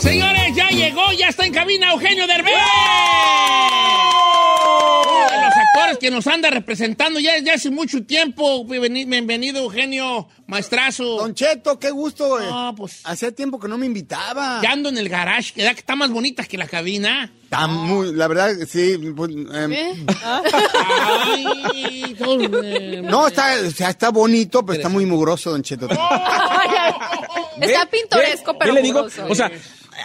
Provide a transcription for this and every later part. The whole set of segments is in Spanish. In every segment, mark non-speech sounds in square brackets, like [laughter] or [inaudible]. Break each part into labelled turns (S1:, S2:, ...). S1: Señores, ya llegó, ya está en cabina Eugenio Derbez. Uno de los actores que nos anda representando ya desde hace mucho tiempo. Bienveni- Bienvenido, Eugenio Maestrazo.
S2: Don Cheto, qué gusto. eh.
S1: No, pues
S2: Hacía tiempo que no me invitaba.
S1: ya ando en el garage, que da que está más bonita que la cabina.
S2: Está Ah, muy- la verdad, sí. pues, em,
S1: ¿Eh? Ay, todo, eh,
S2: No, está, o sea, está bonito, pero está muy mugroso, Don Cheto.
S1: Oh.
S3: Está pintoresco,
S4: ¿Qué
S3: pero
S4: le digo?
S3: mugroso.
S4: O sea,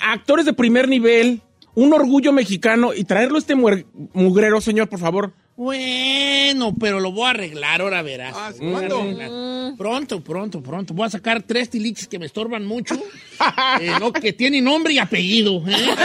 S4: actores de primer nivel, un orgullo mexicano y traerlo a este muer- mugrero, señor, por favor.
S1: Bueno, pero lo voy a arreglar, ahora verás.
S2: Ah,
S1: Lo voy a arreglar. Pronto, pronto, pronto. Voy a sacar tres tiliches que me estorban mucho.
S2: [laughs]
S1: eh, no, que tienen nombre y apellido. ¿eh?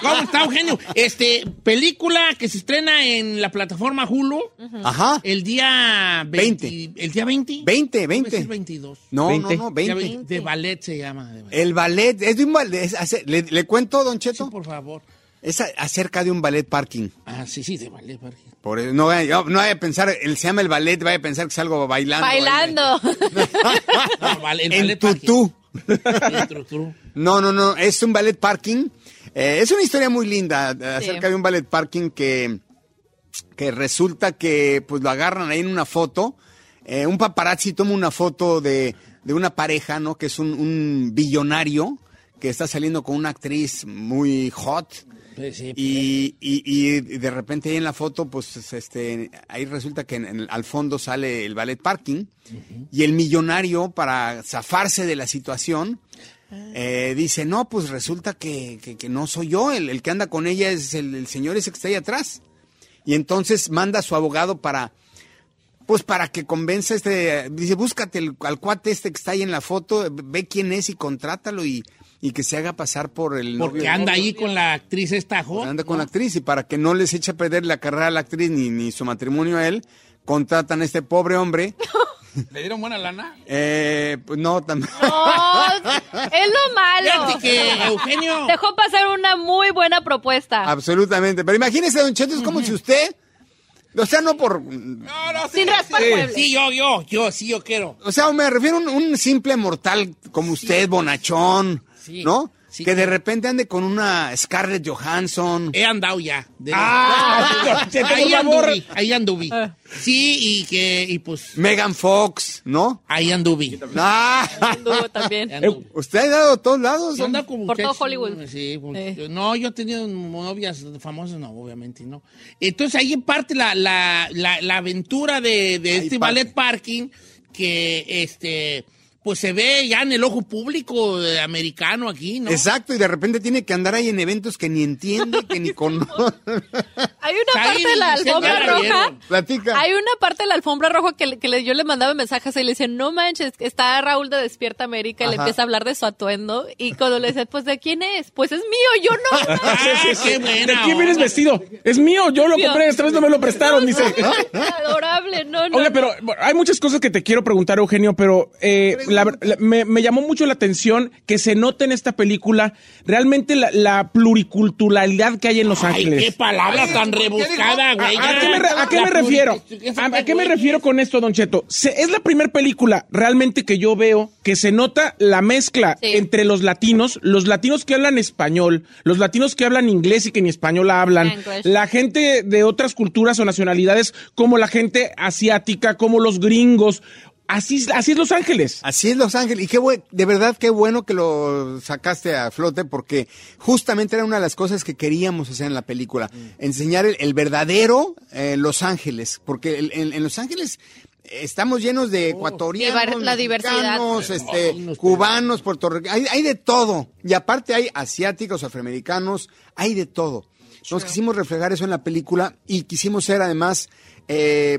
S1: ¿Cómo está, Eugenio? Este, película que se estrena en la plataforma Hulu
S2: Ajá.
S1: el día 20. ¿El día 20?
S2: 20,
S1: Iba a decir
S2: 20.
S1: 22.
S2: No,
S4: Veinte.
S2: no, no,
S1: Ya
S2: 20.
S1: ve- De ballet se llama. de ballet.
S2: El ballet, es de un ballet. es hace- le, le cuento, Don
S1: Sí,
S2: Cheto?
S1: por favor.
S2: Es a- acerca de un ballet parking.
S1: Ah, sí, sí, de ballet.
S2: [laughs]
S1: Jorge.
S2: Por, eso- no, vaya, no vaya a pensar, él se llama el ballet, vaya a pensar que salgo bailando. ¿eh?
S3: bailando.
S1: No, vale, el
S2: en
S1: ballet parking.
S2: tutú.
S1: Sí, tru, tru.
S2: No, no, no, es un ballet parking. Eh, es una historia muy linda eh,
S3: Sí.
S2: acerca de un ballet parking que, que resulta que pues lo agarran ahí en una foto. Eh, un paparazzi toma una foto de, de una pareja, ¿no? Que es un, un billonario que está saliendo con una actriz muy hot.
S1: Sí, sí, pues.
S2: Y, y- y de repente ahí en la foto, pues es, este, ahí resulta que en- en- al fondo sale el ballet parking y el millonario para zafarse de la situación eh, dice, no, pues resulta que, que- que no soy yo, el, el que anda con ella es el, el señor ese que está ahí atrás. Y entonces manda a su abogado para, pues para que convenza a este, dice, búscate el- al cuate este que está ahí en la foto, ve quién es y contrátalo y, y que se haga pasar por el novio
S1: Porque
S2: de-
S1: anda ahí con la actriz esta hot.
S2: Pues anda con la actriz y para que no les eche a perder la carrera a la actriz ni, ni su matrimonio a él, contratan a este pobre
S1: [laughs]
S2: hombre.
S1: ¿Le dieron buena lana?
S2: Eh, pues no, también.
S3: Oh, es lo malo.
S1: Fíjate que, Eugenio.
S3: [laughs] Dejó pasar una muy buena propuesta.
S2: [laughs] Absolutamente. Pero imagínese, Don Cheto, es como si usted. O sea, no por.
S3: Sin raspar muebles.
S1: Sí, yo, yo, yo, sí, yo quiero.
S2: O sea, me refiero a un, un simple mortal como usted, bonachón,
S1: Sí.
S2: ¿no?
S1: Sí. Eh.
S2: Que de repente ande con una Scarlett Johansson.
S1: He andado ya. De- [laughs]
S4: Ah, Cheto, por
S1: ahí
S4: favor.
S1: anduve, ahí anduve.
S3: Ah.
S1: Sí, y que, y pues,
S2: Megan Fox, ¿no?
S1: ahí anduve.
S2: Ah, [laughs]
S3: Anduvo también.
S1: anduve.
S2: usted ha dado a todos lados.
S1: Yo andaba con
S3: Por todo
S1: muchachos,
S3: Hollywood.
S1: Sí, con-
S3: Eh.
S1: no, yo he tenido novias famosas, no, obviamente no. Entonces ahí parte la, la, la, la aventura de, de este
S2: parte.
S1: ballet parking que, este, pues se ve ya en el ojo público eh, americano aquí, ¿no?
S2: Exacto, y de repente tiene que andar ahí en eventos que ni entiende,
S1: [laughs]
S2: que ni conoce.
S3: Hay una
S1: Ahí
S3: parte de la
S1: dice, ya
S3: alfombra
S1: la vieron.
S3: roja.
S2: Platica.
S3: Hay una parte de la alfombra roja que, le- que le- yo le mandaba mensajes y le decía, no manches, está Raúl de Despierta América y le
S2: Ajá.
S3: empieza a hablar de su atuendo. Y cuando le decía, pues, ¿de quién es? Pues es mío, yo no.
S1: Ah, qué
S4: ¿De
S1: buena
S4: quién vienes
S1: onda.
S4: vestido? Es mío, yo lo
S3: Mío.
S4: compré, esta vez no me lo prestaron, [laughs] dice.
S3: Adorable, [laughs] no, no.
S4: Oiga, pero bueno, hay muchas cosas que te quiero preguntar, Eugenio, pero eh, la ver- la- me, me llamó mucho la atención que se note en esta película realmente la, la pluriculturalidad que hay en Los
S1: Ay,
S4: Ángeles.
S1: qué palabra
S2: Ay,
S1: tan
S2: ¿qué dijo?
S1: rebuscada, güey.
S4: Ah, ¿A
S1: ya.
S4: qué me, re- a qué me refiero? ¿A, a qué me refiero con esto, Don Cheto? Se- es la primera película realmente que yo veo que se nota la mezcla
S3: Sí.
S4: entre los latinos, los latinos que hablan español, los latinos que hablan inglés y que ni español hablan,
S3: Language.
S4: la gente de otras culturas o nacionalidades, como la gente asiática, como los gringos. Así, es- así es Los Ángeles.
S2: Así es Los Ángeles. Y qué bue- de verdad, qué bueno que lo sacaste a flote porque justamente era una de las cosas que queríamos hacer en la película. Enseñar el, el verdadero eh, Los Ángeles. Porque el- en, en Los Ángeles estamos llenos de
S3: Y var-
S2: ecuatorianos,
S3: la diversidad.
S2: mexicanos, este,
S1: Ay, nos-
S2: cubanos, puertorriqueños. Hay, hay de todo. Y aparte hay asiáticos, afroamericanos. Hay de todo. Nos quisimos reflejar eso en la película y quisimos ser además... eh,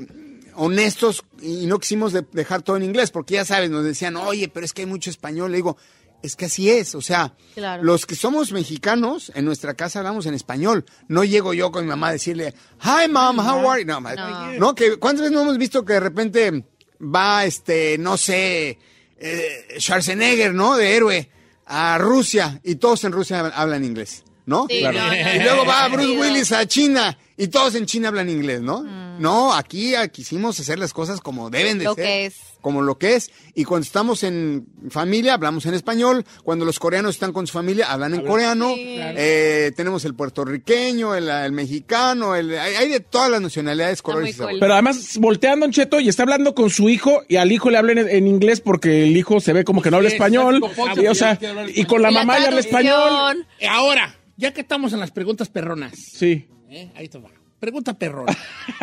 S2: honestos y no quisimos de- dejar todo en inglés, porque ya sabes, nos decían, oye, pero es que hay mucho español. Le digo, es que así es, o sea,
S3: Claro.
S2: los que somos mexicanos, en nuestra casa hablamos en español. No llego yo con mi mamá a decirle, hi mom, how are you? No, ma-
S3: No.
S2: no, que ¿cuántas veces no hemos visto que de repente va, este, no sé, eh, Schwarzenegger, ¿no? De héroe, a Rusia, y todos en Rusia hab- hablan inglés, ¿no?
S3: Sí, no, no,
S2: Y luego va Bruce
S3: no.
S2: Willis a China y todos en China hablan inglés, ¿no? No, aquí ah, quisimos hacer las cosas como deben de
S3: Mm. Lo
S2: ser.
S3: que es.
S2: Como lo que es. Y cuando estamos en familia, hablamos en español. Cuando los coreanos están con su familia, hablan en coreano.
S3: Sí.
S2: Eh, tenemos el puertorriqueño, el, el mexicano, el, hay, hay de todas las nacionalidades, colores
S3: muy
S2: y sabores.
S3: cool.
S4: Pero además voltean Don Cheto y está hablando con su hijo y al hijo le hablan en, en inglés porque el hijo se ve como que no habla
S1: Sí,
S4: español.
S1: exacto, Poncho,
S4: Y, o
S1: que
S4: sea,
S1: quiere hablar
S4: y con la
S3: Y
S4: mamá le habla español.
S3: traducción.
S1: Eh, Ahora, ya que estamos en las preguntas perronas.
S4: Sí, [laughs]
S1: ¿eh? Ahí te va. Pregunta perrona.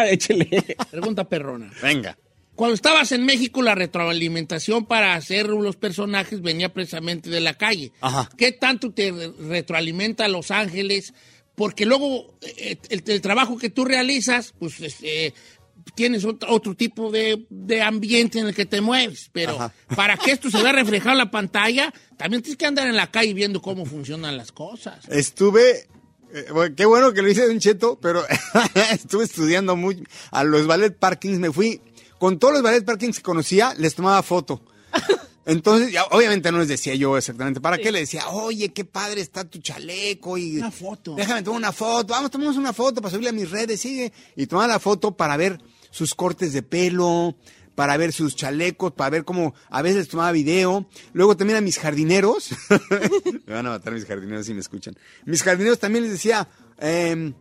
S4: échele.
S1: Pregunta perrona.
S2: Venga.
S1: Cuando estabas en México, la retroalimentación para hacer los personajes venía precisamente de la calle.
S2: Ajá.
S1: ¿Qué tanto te re- retroalimenta Los Ángeles? Porque luego eh, el, el trabajo que tú realizas, pues este, tienes ot- otro, tipo de, de ambiente en el que te mueves. Pero
S2: Ajá.
S1: [laughs] para que esto se vea reflejado en la pantalla, también tienes que andar en la calle viendo cómo funcionan las cosas.
S2: Estuve. eh, bueno, qué bueno que lo hice de un cheto, pero [laughs] estuve estudiando muy. A los ballet parkings me fui. Con todos los ballet parkings que conocía, les tomaba foto. Entonces, ya, obviamente no les decía yo exactamente para qué. Le decía, oye, qué padre está tu chaleco. Y
S1: Una foto.
S2: Déjame tomar una foto. Vamos, tomemos una foto para subirla a mis redes. Sigue. Y tomaba la foto para ver sus cortes de pelo, para ver sus chalecos, para ver cómo a veces tomaba video. Luego también a mis jardineros. [laughs] me van a matar mis jardineros si me escuchan. Mis jardineros también les decía, em,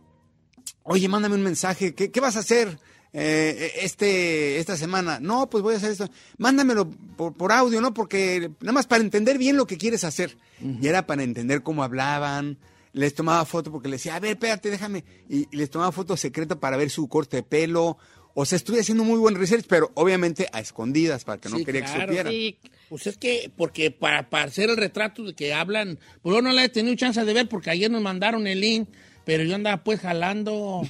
S2: oye, mándame un mensaje, ¿qué, qué vas a hacer eh, este, esta semana? No, pues voy a hacer esto. Mándamelo por, por audio, ¿no? Porque nada más para entender bien lo que quieres hacer. Y era para entender cómo hablaban. Les tomaba foto porque les decía, a ver, espérate, déjame. Y, y les tomaba foto secreta para ver su corte de pelo. O sea, estuve haciendo muy buen research, pero obviamente a escondidas, para que no
S1: Sí,
S2: quería que
S1: claro.
S2: supieran.
S3: Sí,
S1: Pues es que, porque para, para hacer el retrato de que hablan, pues yo no la he tenido chance de ver porque ayer nos mandaron el link, pero yo andaba pues
S4: [laughs]
S1: jalando.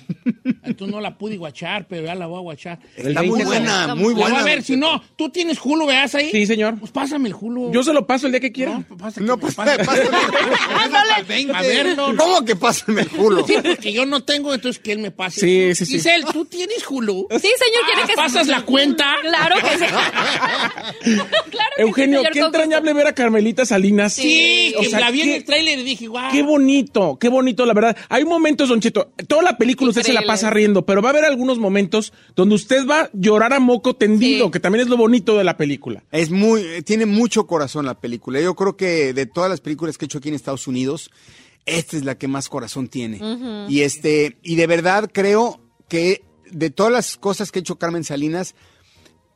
S1: Tú no la pude guachar, pero ya la voy a guachar.
S2: Está muy
S4: 20
S2: buena,
S3: está
S2: muy
S3: muy
S1: La voy
S2: buena.
S1: a ver, si no, tú tienes Hulu, ¿veas ahí?
S4: Sí, señor.
S1: Pues pásame el Hulu.
S4: Yo se lo paso el día que quiera.
S1: No, pasa que
S2: No,
S1: me
S2: pues,
S1: pasa-
S2: [laughs] pásame.
S1: A ver, no, no.
S2: ¿Cómo que pásame el culo?
S1: Sí, porque yo no tengo, entonces que él me pase.
S4: Sí, sí, sí.
S1: Giselle, ¿tú tienes Hulu?
S3: Sí, señor, quiere
S1: Ah,
S3: que
S1: ¿Pasas la cuenta?
S3: Claro que sí. [laughs] Claro que
S4: Eugenio,
S3: sí, señor,
S4: qué
S3: con
S4: entrañable ver a Carmelita Salinas.
S1: Sí,
S4: O
S1: que
S4: sea,
S1: la vi en
S4: qué-
S1: el tráiler y dije, guau.
S4: Qué bonito, qué bonito, la verdad. Hay momentos, Don Cheto, toda la película usted se la
S3: Increíble.
S4: pasa riendo, pero va a haber algunos momentos donde usted va a llorar a moco tendido,
S3: Sí.
S4: que también es lo bonito de la película.
S2: Es muy, eh, tiene mucho corazón la película. Yo creo que de todas las películas que he hecho aquí en Estados Unidos, esta es la que más corazón tiene. Y este, y de verdad creo que de todas las cosas que ha hecho Carmen Salinas,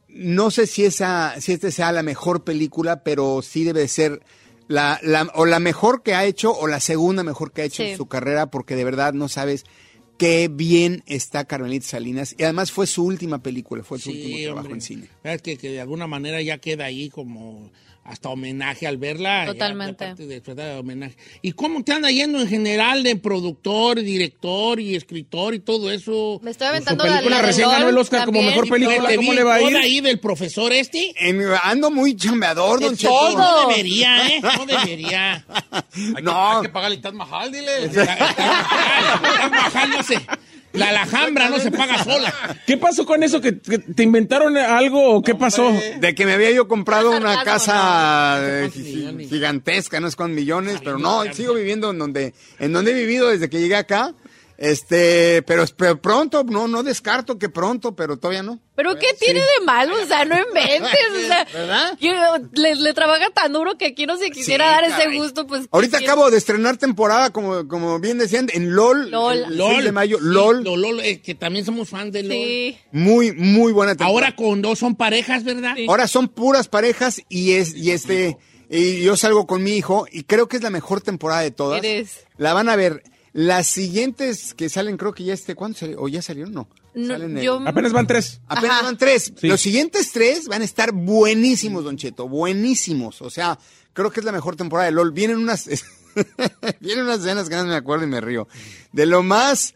S2: no sé si esa, si esta sea la mejor película, pero sí debe ser la, la- o la mejor que ha hecho o la segunda mejor que ha hecho
S3: Sí.
S2: en su carrera, porque de verdad no sabes qué bien está Carmelita Salinas. Y además fue su última película, fue su último trabajo
S1: hombre.
S2: en cine.
S1: Sabes Que, que de alguna manera ya queda ahí como hasta homenaje al verla. ya,
S3: Totalmente.
S1: aparte de tratar de homenaje. ¿Y cómo te anda yendo en general de productor, director y escritor y todo eso?
S3: Me estoy
S4: Su
S3: aventando la
S4: película
S3: la de
S4: recién ganó el
S3: LOL
S4: Oscar como
S3: también.
S4: mejor película.
S1: Te
S4: ¿Cómo
S1: vi
S4: le va a ir?
S1: toda ahí del profesor este?
S2: En- ando muy chambeador, [laughs] don Cheto.
S1: Todo. No debería, ¿eh? No debería.
S2: [laughs] No,
S5: pagarle tan Mahal, dile.
S1: Está- está- está- está bajando ese. La alhambra no se paga sola.
S2: [laughs]
S4: ¿Qué pasó con eso? ¿Que, que te inventaron algo o qué pasó?
S2: De que me había yo comprado
S3: Está
S2: una
S3: sarcasmo,
S2: casa eh,
S1: ¿Cuántos
S2: gi-
S1: millones?
S2: gigantesca, no es con millones, pero no,
S1: no, ya-
S2: sigo viviendo en donde, en donde he vivido desde que llegué acá. Este, pero, es- pero pronto, no, no descarto que pronto, pero todavía no.
S3: ¿Pero qué tiene de malo? O sea, no inventes. O sea,
S1: ¿Verdad?
S3: yo- le, le trabaja tan duro que aquí no se quisiera
S2: Sí,
S3: dar ese
S2: caray.
S3: gusto, pues.
S2: Ahorita
S3: que-
S2: acabo de estrenar temporada, como, como bien decían, en LOL.
S3: LOL.
S2: el 6
S1: LOL.
S2: de mayo,
S1: Sí,
S2: LOL.
S1: lo- LOL, eh, que también somos fans de LOL.
S3: Sí.
S2: Muy, muy buena temporada.
S1: Ahora con dos son parejas, ¿verdad?
S2: Ahora son puras parejas y es y este y yo salgo con mi hijo y creo que es la mejor temporada de todas.
S3: Eres.
S2: La van a ver. Las siguientes que salen, creo que ya este, ¿cuándo salió? ¿O ya salieron? No.
S3: No,
S2: Salen el-
S3: yo-
S4: Apenas van tres.
S2: Apenas
S3: Ajá.
S2: van tres.
S4: Sí.
S2: Los siguientes tres van a estar buenísimos, Don Cheto. Buenísimos. O sea, creo que es la mejor temporada de LOL. Vienen unas. [laughs] vienen unas escenas que no me acuerdo y me río. De lo más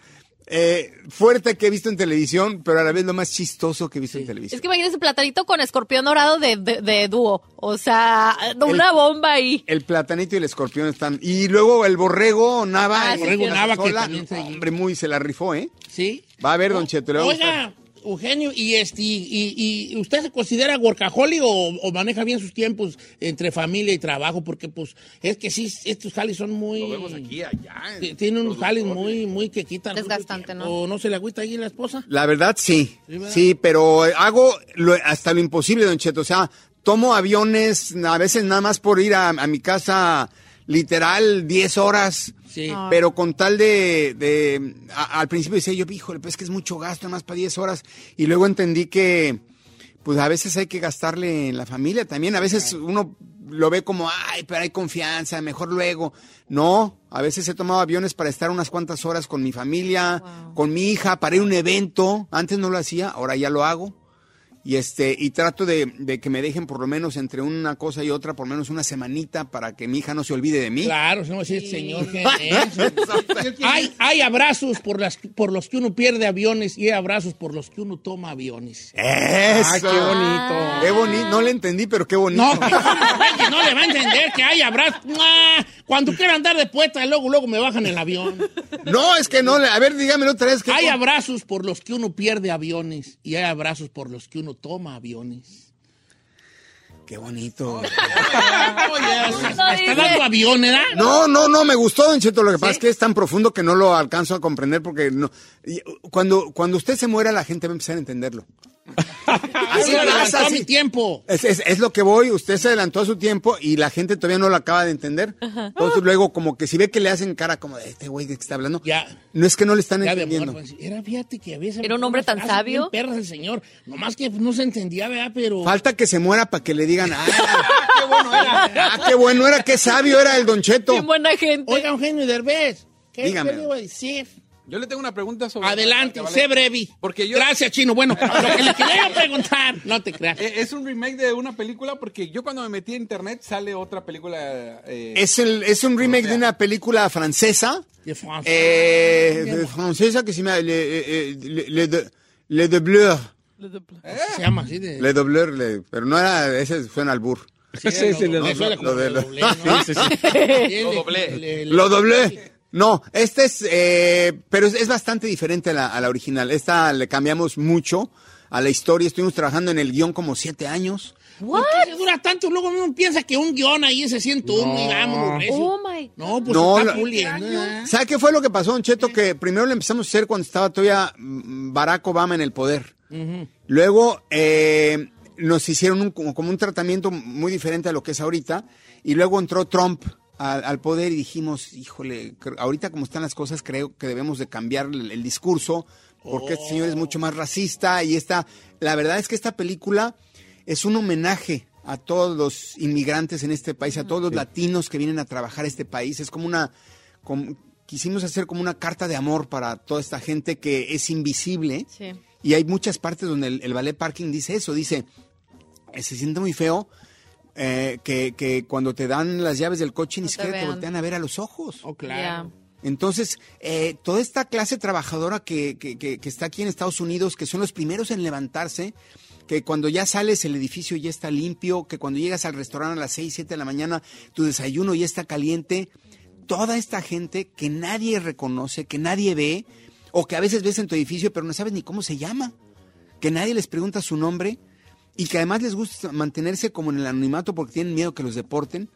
S2: eh, fuerte que he visto en televisión, pero a la vez lo más chistoso que he visto en televisión.
S3: Es que imagínense platanito con escorpión dorado de, de, de dúo. O sea, una bomba ahí.
S2: El platanito y el escorpión están. Y luego el borrego Nava.
S3: Ah,
S2: el
S3: sí, Borrego
S1: Nava, que
S2: Sola,
S1: también se-
S2: Hombre, muy se la rifó, ¿eh?
S1: Sí.
S2: Va a ver,
S1: O-
S2: don Cheto. le va a gustar.
S1: Oiga, Eugenio, ¿y, este, y, y- y usted se considera workaholic o, o maneja bien sus tiempos entre familia y trabajo? Porque, pues, es que sí, estos jales son muy...
S5: Lo vemos aquí, allá.
S1: T- Tiene unos jales muy, muy que quitan. mucho
S3: Desgastante,
S1: tiempo.
S3: ¿no?
S1: ¿O no se le agüita ahí la esposa?
S2: La verdad, sí.
S1: Sí, ¿verdad?
S2: Sí, pero hago lo- hasta lo imposible, don Cheto. O sea, tomo aviones, a veces nada más por ir a, a mi casa, literal, 10 horas.
S1: Sí.
S3: Ah.
S2: Pero con tal de, de- a- al principio decía yo, híjole, pues es que es mucho gasto, nada más para 10 horas. Y luego entendí que, pues a veces hay que gastarle en la familia también. A veces uno lo ve como, ay, pero hay confianza, mejor luego. No, a veces he tomado aviones para estar unas cuantas horas con mi familia, con mi hija, para ir a un evento. Antes no lo hacía, ahora ya lo hago. Y este, y trato de, de que me dejen por lo menos entre una cosa y otra, por lo menos una semanita para que mi hija no se olvide de mí. [laughs]
S1: Claro, si no decir, señor, ¿qué es? hay, hay abrazos por, las, por los que uno pierde aviones y hay abrazos por los que uno toma aviones.
S2: Eso.
S4: Ah, qué bonito.
S2: Qué bonito, no le entendí, pero qué bonito.
S1: [laughs] No, que no le va a entender que hay abrazos. ¡Mua! Cuando quiera andar de puesta, luego, luego me bajan el avión.
S2: [laughs] No, es que no, le- a ver, dígamelo otra vez. ¿qué
S1: Hay
S2: co-
S1: abrazos por los que uno pierde aviones y hay abrazos por los que uno toma aviones.
S2: Qué bonito.
S3: No
S1: ¿Está
S3: dice.
S1: dando avión, ¿verdad?
S2: No, no, no, me gustó, Don Cheto. Lo que pasa es que es tan profundo que no lo alcanzo a comprender porque no. y, uh, Cuando, cuando usted se muera, la gente va a empezar a entenderlo. Así
S1: Uno adelantó
S2: pasa,
S1: a mi
S2: así.
S1: tiempo.
S2: Es, es- es lo que voy, usted se adelantó a su tiempo y la gente todavía no lo acaba de entender. Entonces luego como que si ve que le hacen cara como de este güey que está hablando,
S1: Ya.
S2: no es que no le están
S1: Ya de
S2: entendiendo.
S1: amor, pues, era, fíjate que a veces
S3: Era un hombre tan
S1: unas frases bien
S3: sabio.
S1: Perras el señor. Nomás que pues, no se entendía, ¿verdad? Pero.
S2: Falta que se muera para que
S1: [laughs]
S2: le digan, ah, qué bueno era, ah, qué bueno era, qué sabio era el Don Cheto.
S3: Bien buena gente.
S1: Oiga, Eugenio Derbez. ¿Qué
S2: Dígame.
S1: qué le iba a decir?
S5: Yo le tengo una pregunta
S2: [laughs]
S5: sobre.
S1: Adelante,
S5: Vale.
S1: sé breve.
S5: Porque yo-
S1: Gracias, Chino. Bueno, lo que le quería preguntar. No te creas.
S5: Eh, Es un remake de una película porque yo cuando me metí a internet sale otra película. eh,
S2: Es, el, es un remake de una película francesa.
S1: De Francia.
S2: Eh, de- francesa que se llama Le, eh, eh, le, le, de- le Doubleur.
S1: Se llama así de.
S2: Le Doubleur, le- pero no era, ese suena al burro.
S4: Sí, sí, sí,
S1: lo,
S4: lo-
S1: suena como
S2: lo de-
S1: que
S2: lo-
S1: doblé,
S2: [laughs]
S1: ¿no? [laughs] Sí,
S5: Lo
S1: le-
S5: doblé.
S1: le- le-
S2: Lo doblé. No, este es, eh, pero es, es bastante diferente a la, a la original. Esta le cambiamos mucho a la historia. Estuvimos trabajando en el guión como siete años.
S1: ¿Por qué se dura tanto? Luego uno piensa que un guión ahí se siente uno y vámonos. recio.
S3: Oh my.
S1: No, pues
S2: No,
S1: está
S2: la-
S1: puliendo. ¿eh?
S2: ¿Sabe qué fue lo que pasó, Don Cheto? Que primero lo empezamos a hacer cuando estaba todavía mm, Barack Obama en el poder. Luego eh, nos hicieron un- como, como un tratamiento muy diferente a lo que es ahorita. Y luego entró Trump al, al poder y dijimos, híjole, cre- ahorita como están las cosas, creo que debemos de cambiar el, el discurso porque este señor es mucho más racista y esta, la verdad es que esta película es un homenaje a todos los inmigrantes en este país, a todos los latinos que vienen a trabajar a este país. Es como una, como- quisimos hacer como una carta de amor para toda esta gente que es invisible.
S3: Sí.
S2: Y hay muchas partes donde el, el ballet parking dice eso, dice, eh, se siente muy feo eh, que, que cuando te dan las llaves del coche
S3: No
S2: ni
S3: te
S2: siquiera te,
S3: vean.
S2: voltean a ver a los ojos.
S1: Oh, claro.
S2: Entonces, eh, toda esta clase trabajadora que, que- que- que está aquí en Estados Unidos, que son los primeros en levantarse, que cuando ya sales el edificio ya está limpio, que cuando llegas al restaurante a las 6, 7 de la mañana, tu desayuno ya está caliente. Toda esta gente que nadie reconoce, que nadie ve, O que a veces ves en tu edificio, pero no sabes ni cómo se llama. Que nadie les pregunta su nombre y que además les gusta mantenerse como en el anonimato porque tienen miedo que los deporten.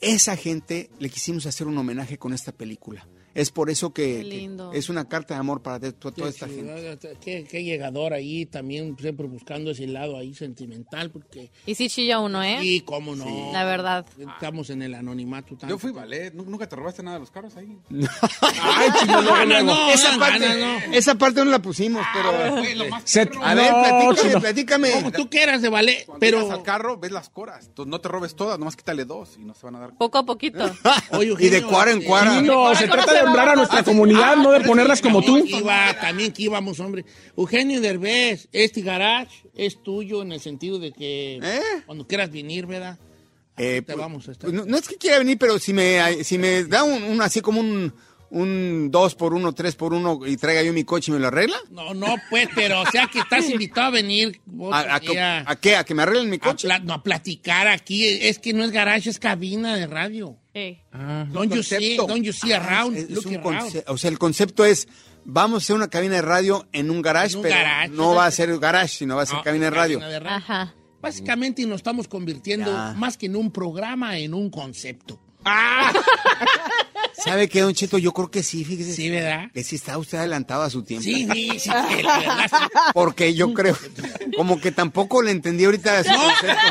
S2: Esa gente le quisimos hacer un homenaje con esta película. Es por eso que,
S3: Qué lindo.
S2: que es una carta de amor para de- to- toda esta
S1: Sí,
S2: gente.
S1: Qué, qué llegador ahí, también siempre buscando ese lado ahí sentimental, porque...
S3: Y sí chilla uno, ¿eh?
S1: Y cómo no.
S3: La verdad.
S1: Estamos en el anonimato tanto.
S5: Yo fui ballet, nu- nunca te robaste nada de los carros
S1: [laughs]
S5: ahí. Ah,
S2: Ay, chino, luego,
S1: No, no,
S2: luego.
S1: no,
S2: esa,
S1: no,
S2: parte,
S1: no, no.
S2: esa parte no la pusimos,
S3: Ah,
S2: pero...
S5: Güey, lo más
S4: Se-
S5: perro,
S2: A ver,
S4: No,
S2: platícame,
S4: [laughs] chino.
S2: platícame.
S1: Como tú quieras de ballet,
S5: cuando
S1: pero...
S5: llegas al carro, ves las coras. Tú no te robes todas, nomás quítale dos y no se van a dar
S3: Poco a poquito.
S1: [laughs] Oye,
S2: y de
S1: Eugenio,
S2: cuara en
S1: eh,
S2: cuara.
S4: No, se trata de honrar a nuestra
S5: Ah,
S4: comunidad, no de ponerlas como tú.
S1: Iba, también que íbamos, hombre. Eugenio Derbez, este garage es tuyo en el sentido de que
S2: ¿Eh?
S1: cuando quieras venir, ¿verdad?
S2: Eh,
S1: Te
S2: pues,
S1: vamos a estar-
S2: pues, No, no es que quiera venir, pero si me, si me da un, un- así como un, un 2 por 1 3 por 1 y traiga yo mi coche y me lo arregla.
S1: No, no, pues, pero o sea que
S2: [laughs]
S1: estás invitado a venir. otro
S2: ¿A, a que-
S1: día.
S2: a qué? ¿A que me arreglen mi
S1: A
S2: coche?
S1: pla- no, a platicar aquí. Es que no es garage, es cabina de radio.
S3: Ey.
S1: Don't you see,
S2: Concepto.
S1: don't you see
S2: Ah,
S1: around,
S2: es- es
S1: look
S2: un
S1: around.
S2: conce- o sea, el concepto es, vamos a hacer una cabina de radio en un garage,
S1: En un
S2: pero
S1: garage.
S2: no va a ser garage, sino va a ser
S1: No,
S2: cabina de radio.
S1: cabina de radio.
S3: Ajá.
S1: Básicamente nos estamos convirtiendo
S2: Ya. Ah.
S1: más que en un programa, en un concepto.
S2: ¿Sabe qué, Don Cheto? Yo creo que sí, fíjese.
S1: Sí, ¿verdad?
S2: Que sí está usted adelantado a su tiempo.
S1: Sí, sí, sí, sí, la verdad, sí.
S2: Porque yo creo, como que tampoco le entendí ahorita su concepto.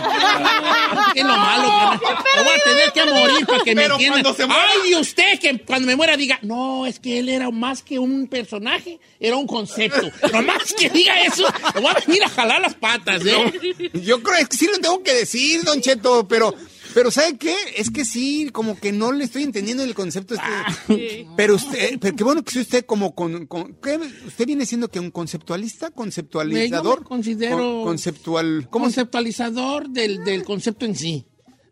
S1: ¿Qué es lo malo? carnal? Lo voy a tener que morir para que me
S5: Pero
S1: entiendan.
S5: cuando se muera.
S1: Ay, de usted que cuando me muera diga, no, es que él era más que un personaje, era un concepto. Nomás que diga eso, lo voy a venir a jalar las patas, ¿eh?
S2: Yo creo que sí lo tengo que decir, Don Cheto, pero, pero ¿sabe qué? Es que sí, como que no le estoy entendiendo el concepto. este.
S1: Ah,
S2: Pero usted, pero qué bueno que sea usted como con, con- ¿qué? usted viene siendo que un conceptualista,
S1: Yo
S2: conceptualizador.
S1: me considero-
S2: Con- conceptual, ¿cómo se-
S1: Conceptualizador del, del concepto en sí.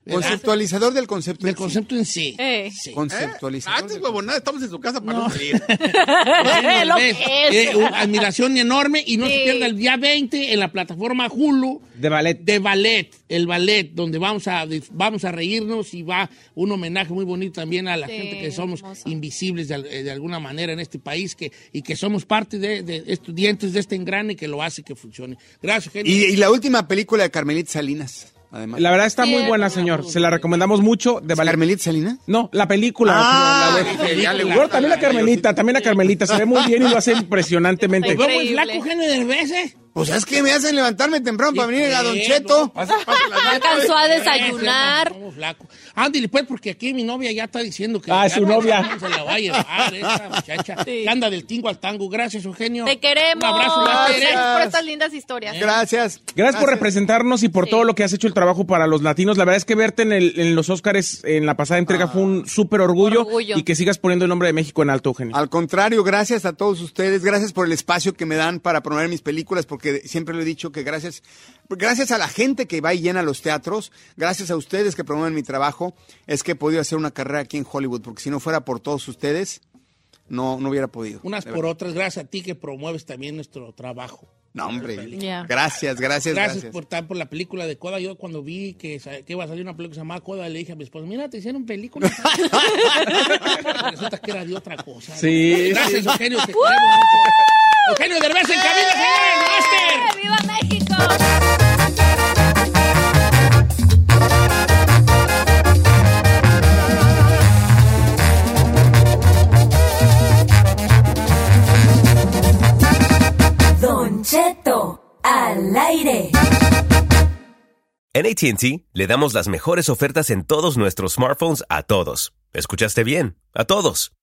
S1: ¿verdad?
S2: Conceptualizador del concepto.
S1: Del
S2: en sí.
S1: Pues concepto en
S3: [laughs]
S1: sí.
S3: Eh.
S1: Sí.
S2: Conceptualizador.
S5: Antes,
S2: del-
S5: huevonada, estamos en su casa para no, salir.
S1: Eugenio
S3: Lo
S1: Derbez.
S3: que es.
S1: Pues Eh, una admiración enorme y no se
S3: Sí.
S1: pierda el día 20 en la plataforma Hulu
S4: De ballet.
S1: de ballet, el ballet, donde vamos a, vamos a reírnos y va un homenaje muy bonito también a la
S3: Sí,
S1: gente que somos
S3: hermoso.
S1: invisibles de, al- eh, de alguna manera en este país que, y que somos parte de, de estudiantes de este engrane que lo hace que funcione. Gracias, Eugenio.
S2: Y, y la última película de Carmelita Salinas, además.
S4: La verdad está muy buena, señor. Se la recomendamos mucho. De ballet.
S2: ¿Carmelita Salinas?
S4: No, la película.
S2: Ah,
S4: señor, la de-
S2: dije, ya le
S4: Bueno,
S2: gusta
S4: también la
S2: la-
S4: Carmelita, también la Carmelita. Se ve muy bien y
S5: [laughs]
S4: lo hace impresionantemente.
S1: Nos vemos en
S3: Increíble.
S1: flaco, Eugenio Derbez, ¿eh?
S2: Pues es que me hacen levantarme temprano para venir a Don
S1: Sí,
S2: Cheto.
S5: Pasa, pasa la-
S3: No alcanzó a
S1: Sí,
S3: desayunar.
S1: estamos flacos. Ándale, pues, porque aquí mi novia ya está diciendo que.
S4: Ah,
S1: ya
S4: su
S1: no-
S4: novia.
S1: Se la va a llevar,
S4: [laughs]
S1: esa muchacha.
S3: Sí.
S1: Que anda del tingo al tango. Gracias, Eugenio.
S3: Te queremos.
S1: Un abrazo, más, Tere.
S3: Gracias por estas lindas historias.
S2: Gracias.
S4: Gracias por representarnos y por todo lo que has hecho el trabajo para los latinos. La verdad es que verte en, el- en los Óscares en la pasada entrega fue un súper orgullo,
S3: Ah. Orgullo.
S4: y que sigas poniendo el nombre de México en alto, Eugenio.
S2: Al contrario, gracias a todos ustedes, gracias por el espacio que me dan para promover mis películas, porque siempre lo he dicho que gracias, gracias a la gente que va y llena los teatros, gracias a ustedes que promueven mi trabajo, es que he podido hacer una carrera aquí en Hollywood, porque si no fuera por todos ustedes, no, no hubiera podido.
S1: Unas
S2: De
S1: por
S2: verdad.
S1: otras, gracias a ti que promueves también nuestro trabajo.
S2: No, hombre.
S3: Ya.
S2: Gracias,
S1: Gracias,
S2: gracias, gracias.
S1: por estar por la película de Coda. Yo cuando vi que, sa- que iba a salir una película que se llamaba Coda, le dije a mi esposa, mira, te hicieron película.
S4: [laughs]
S1: Resulta que era de otra cosa.
S4: Sí,
S1: Gracias, Eugenio. te queremos mucho. Eugenio Derbez en camino, señores. Master.
S3: ¡Eh! ¡Viva México!
S6: Don Cheto, al aire.
S7: En ATT le damos las mejores ofertas en todos nuestros smartphones a todos. ¿Escuchaste bien? A todos.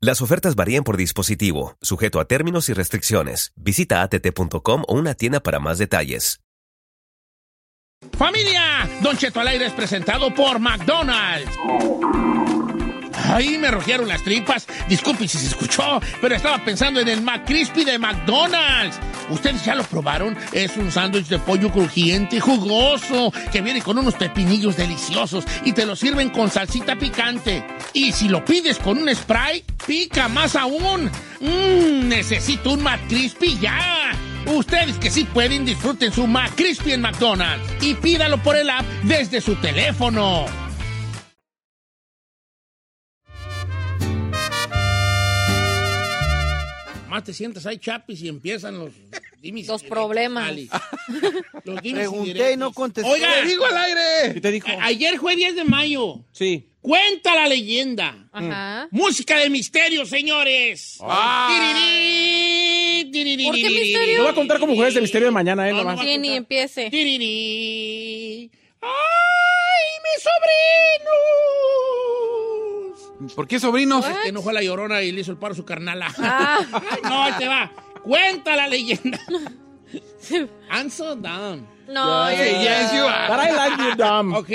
S7: Las ofertas varían por dispositivo, sujeto a términos y restricciones. Visita att.com o una tienda para más detalles.
S1: Familia, Don Cheto al aire es presentado por McDonald's. Ahí me rojearon las tripas. Disculpe si se escuchó, pero estaba pensando en el McCrispy de McDonald's. ¿Ustedes ya lo probaron? Es un sándwich de pollo crujiente y jugoso que viene con unos pepinillos deliciosos y te lo sirven con salsita picante. Y si lo pides con un spray, pica más aún. Mmm, necesito un McCrispy ya. Ustedes que sí pueden, disfruten su McCrispy en McDonald's y pídalo por el app desde su teléfono. Más te sientas ahí, chapis, y empiezan los... dimes y
S3: Los
S1: diretes,
S3: problemas. [laughs]
S1: Ali. Los dimes
S8: Pregunté y
S1: diretes.
S8: no contestó.
S1: Oiga,
S8: Le
S1: digo al
S4: ¿Qué
S1: aire.
S4: te dijo?
S1: Ayer fue 10 de mayo.
S4: Sí.
S1: Cuenta la leyenda.
S3: Ajá.
S1: Música de misterio, señores. Tirirí, tirirí,
S3: ¿Por qué
S1: tirirí.
S3: misterio?
S4: Lo Ah. voy a contar como jueves de misterio de mañana, ¿eh?
S1: No, no
S4: nomás.
S1: va a
S3: Sí, ni
S1: contar.
S3: empiece.
S1: Tirirí. ¡Ay, mis sobrinos!
S5: ¿Por qué sobrinos?
S1: Se te enojó la llorona y le hizo el paro a su carnala.
S3: Ah.
S1: Ay, [laughs] no, ahí te va. Cuenta la leyenda. I'm so dumb.
S3: No, yo-
S5: Yes, you
S4: But
S5: are.
S4: I like
S1: [laughs]
S4: you, dumb.
S1: Ok,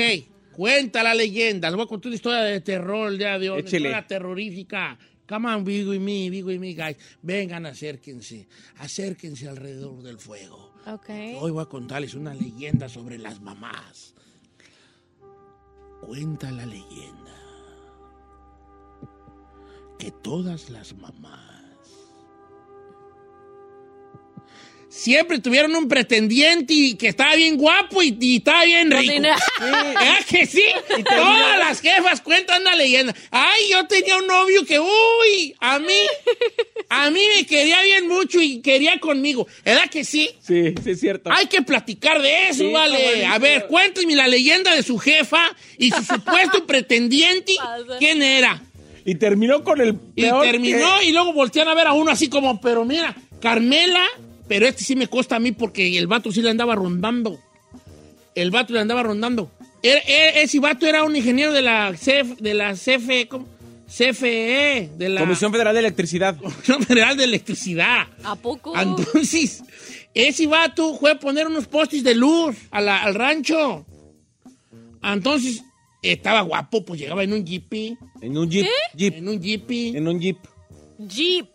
S1: cuenta la leyenda. Les voy a contar una historia de terror ya de hoy. Una
S4: Échele.
S1: historia terrorífica. Come on, Vigo y mí, Vigo y mí, guys. Vengan, acérquense. Acérquense alrededor del fuego.
S3: Ok.
S1: Hoy voy a contarles una leyenda sobre las mamás. Cuenta la leyenda que todas las mamás siempre tuvieron un pretendiente y que estaba bien guapo y, y estaba bien rico.
S3: dinero.
S1: ¿Verdad que sí? Todas las jefas cuentan una leyenda. Ay, yo tenía un novio que, uy, a mí, a mí me quería bien mucho y quería conmigo. ¿Verdad que sí?
S4: Sí, sí, es cierto.
S1: Hay que platicar de eso,
S4: Sí,
S1: vale.
S4: está
S1: A ver, cuénteme la leyenda de su jefa y su supuesto pretendiente.
S3: Pasa.
S1: ¿Quién era?
S4: Y terminó con el.
S1: Y
S4: peor
S1: terminó y luego voltean a ver a uno así como, pero mira, Carmela, pero este sí me cuesta a mí porque el vato sí le andaba rondando. El vato le andaba rondando. E- e- ese vato era un ingeniero de la CF, de la CFE, ¿cómo? CFE, de
S4: que-
S1: la
S4: Comisión Federal de Electricidad.
S1: Comisión Federal de Electricidad.
S3: ¿A poco?
S1: Entonces, ese vato fue a poner unos postes de luz a la- al rancho. Entonces, estaba guapo, pues llegaba en un jeepy,
S4: En un jeep. Jeep.
S1: en un jeepy.
S4: En un jeep.
S3: Jeep.